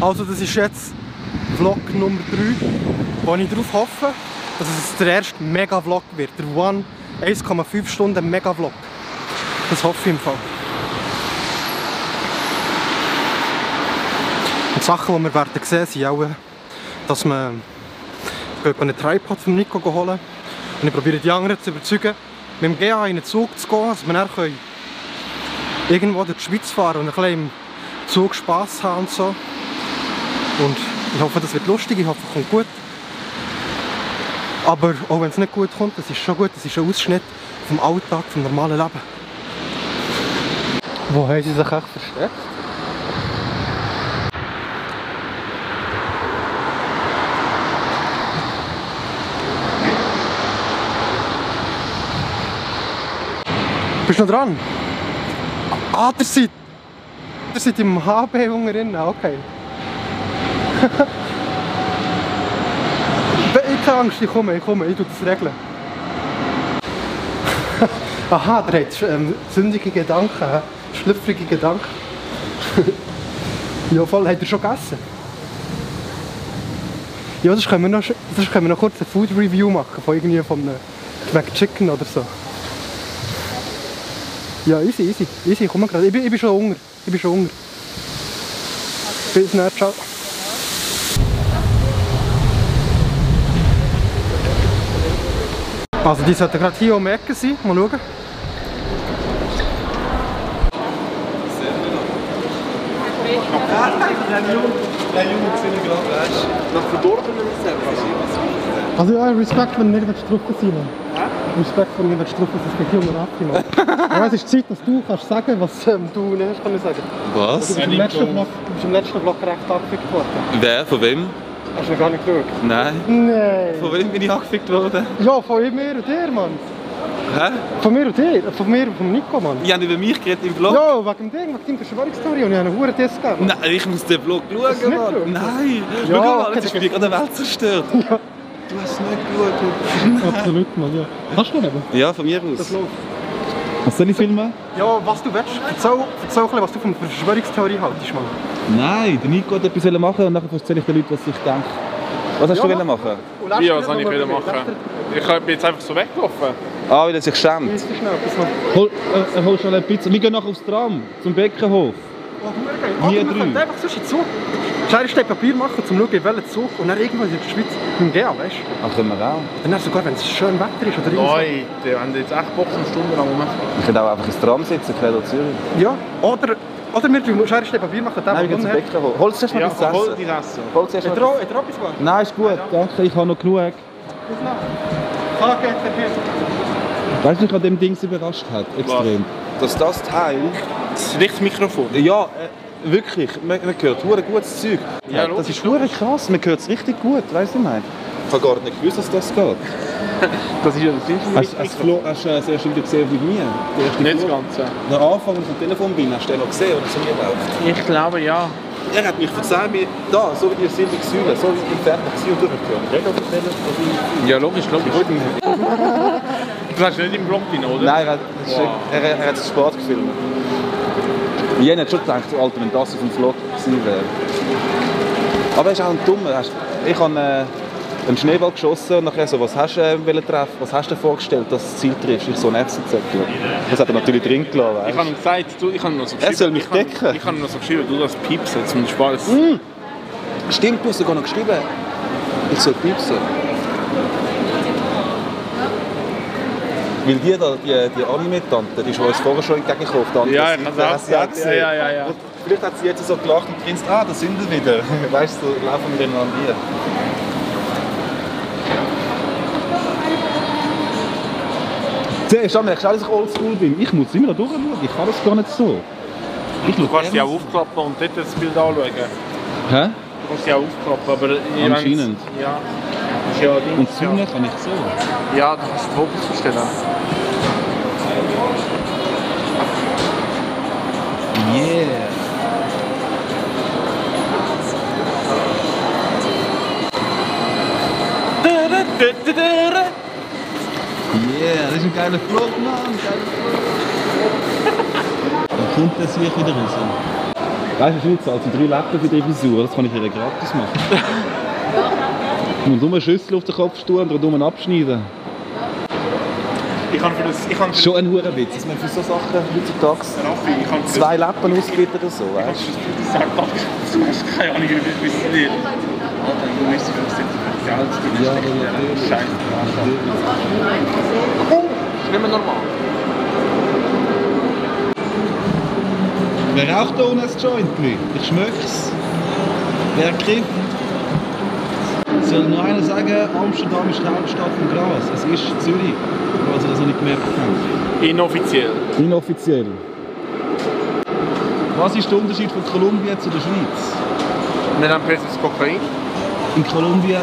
Also das ist jetzt Vlog Nummer 3, wo ich darauf hoffe, dass es der erste Mega-Vlog wird. Der One 1,5 Stunden Mega-Vlog. Das hoffe ich im Fall. Und die Sachen, die wir werden sehen, sind auch, dass man ich einen Tripod von Nico holen und ich probiere die anderen zu überzeugen, mit dem GA in den Zug zu gehen, dass wir dann können irgendwo durch die Schweiz fahren und ein bisschen im Zug Spass haben und so. Und ich hoffe, das wird lustig, ich hoffe, es kommt gut. Aber auch wenn es nicht gut kommt, das ist schon gut, das ist ein Ausschnitt vom Alltag, vom normalen Leben. Wo haben sie sich echt versteckt? Bist du noch dran? Ah, ihr seid, ihr seid im HB unten Ah, okay. ich keine Angst, ich komme, ich komme, ich tue das regeln. Aha, der hat ähm, sündige Gedanken, hä? schlüpfrige Gedanken. ja voll, hat er schon gegessen? Ja, das können wir noch, sch- das können wir noch kurz eine Food Review machen, von irgendwie von einem McChicken oder so. Ja, easy, easy, easy, komm mal gerade. Ich bin, ich bin schon Hunger, ich bin schon Hunger. Bis dann, ciao. Also die sollten gerade hier um die Ecke sein, mal schauen. Also ja, Respekt, wenn du nicht drauf sein Respekt, wenn du nicht drauf sein willst, es geht hier um Aber es ist Zeit, dass du kannst sagen was ähm, du nicht hast können sagen. Du Was? bist im letzten Block, du bist im letzten Block recht abgefickt worden. Wer? Von wem? Hast du noch gar nicht geschaut? Nein. Von Nein! wem bin ich angefickt worden? Ja, von mir und dir, Mann. Hä? Von mir und dir, von mir und von Nico, Mann. Ich habe über mich geredet im Vlog. Ja, wegen dem Ding, wegen deiner Verschwörungstheorie und ich habe einen hohen Test gegeben. Nein, ich muss den Vlog Hast du schauen, nicht geschaut? Mann. Nein. Ja, Schau mal, okay, jetzt ist mir gerade eine Welt zerstört. Du hast nicht geschaut. Absolut, Mann, ja. Kannst du noch eben? Ja, von mir aus. Was soll ich filmen? Ja, was du willst, erzähl, erzähl ein bisschen, was du von der Verschwörungstheorie haltest, Mann. Nein, der Nico hat etwas machen und nachher erzähle ich den Leuten, was ich denke. Was hast Ja. du wollen machen? Und lässt Wie, dir nicht was soll ich mal wieder reden. Lässt machen? Ich bin jetzt einfach so weggelaufen. Ah, weil er sich dir- schämt. Weißt du schnell etwas, Mann? Hol, äh, äh, hol schnell eine Pizza. Wir gehen nachher aufs Tram, zum Beckenhof. Oh, verdammt geil. Oder Nie wir drei. könnten einfach so einen Zug. Schnell Stein Papier machen, um zu schauen, in welchen Zug. Und dann irgendwann in der Schweiz mit dem GA, weißt du? Ach, Ah, können wir auch. Und dann sogar, wenn es schön Wetter ist oder irgendwie Leute, wenn ihr jetzt echt Bock eine Stunde lang rumfahren. Ich könnte auch einfach ins Tram sitzen, quer durch Zürich. so. Ja. Oder, oder wir tun Schnell Stein Papier machen, Nein, wir der, der gehen zum hat. Beckenhof. Holst du erst mal Ja, etwas zu hol essen? dein Essen. Holst du erst Hat mal er auch- hat er auch etwas gemacht? Nein, ist gut, danke, ich habe noch genug. Ah, geht, geht, geht. Weißt du, ich an dem Dings überrascht hat? Extrem. Dass das Teil Das richtige Mikrofon. Ja, äh, wirklich. Man, man hört hure gutes Zeug. Ja, Ja, das logisch, ist hure krass. Man hört es richtig gut. Weißt du, was ich meine? Ich habe gar nicht gewusst, dass das geht. Das ist ja das richtige Hast, hast, Flo, Mikrofon. hast du äh, sehr schön gesehen wie mir? Der erste Nicht das Flug. Ganze. Der Anfang und Am Telefon bin hast du den noch gesehen, oder zu mir läuft. Ich glaube ja. Er hat mich verzeiht, mir da, so wie die Silvia Säule, so wie die fertig war und durchgehört. Reden auf dem Telefon. Ja, logisch, logisch. Du hast nicht im Blog drin, oder? Nein, er hat, das ist- Wow. er, er hat es Sport gefilmt. Jene hat schon gedacht, oh, Alter, wenn das auf dem Vlog gewesen wäre. Aber er ist auch ein Dummer. Hast- Ich habe äh, einen Schneeball geschossen und nachher so, was hast du äh, wollen treffen? Was hast du dir vorgestellt, dass du das Ziel triffst? Ich so ein Erbsenzettel. Das hat er natürlich drin gelassen, Ich weißt habe ihm gesagt, du, ich habe ihm noch so Er soll mich ich habe- decken. Ich habe ihm noch so geschrieben, du das piepst jetzt mit Spaß. du? Stimmt, du hast sogar noch geschrieben. Ich soll piepsen. Weil die da, die, die Anime-Tante, die ist uns vorher schon entgegengekommen. die andere Ja, ich Seite, habe hast du auch es auch gesehen. Ja, ja, ja. Vielleicht hat sie jetzt so gelacht und grinst, ah, da sind wir wieder. Weißt du, so laufen wir an dir. Siehst du, merkst du auch, dass ich oldschool bin? ich muss immer noch durchschauen. Ich kann das gar nicht so. Ich Du schaue kannst sie auch gerne- aufklappen und dort das Bild anschauen. Du Hä? kannst sie auch aufklappen, aber... ich- Anscheinend. Ja. Ist ja Ding. Und Sonne kann ich so. Ja, du kannst den Fokus verstellen. Yeah. Yeah, das ist ein geiler Flug, Mann. Geiler Flug. Dann kommt das Licht wieder raus. Weißt du, Schnitzel, also drei Läppen für die Frisur, das kann ich ihr gratis machen. Ich muss nur eine Schüssel auf den Kopf tun und drum abschneiden. Ich kann für das... Ich kann für Schon ein Hurenwitz. Dass man für so Sachen heutzutage das Raffi, ich kann für zwei Lappen ausgibt oder so, Ich kann weißt für das Sarpak. Du hast keine Ahnung, wie viel es wird. Alter, du müsstest für das Geld Ja, drin stecken. natürlich. Scheiße. Wer raucht da unten ein Joint mit? Ich schmöck's. Wer kifft? Soll nur einer sagen, Amsterdam ist die Hauptstadt vom Gras. Es ist Zürich, falls ihr das noch nicht gemerkt habt. Inoffiziell. Inoffiziell. Was ist der Unterschied von Kolumbien zu der Schweiz? Wir haben Pesos Kokain. In Kolumbien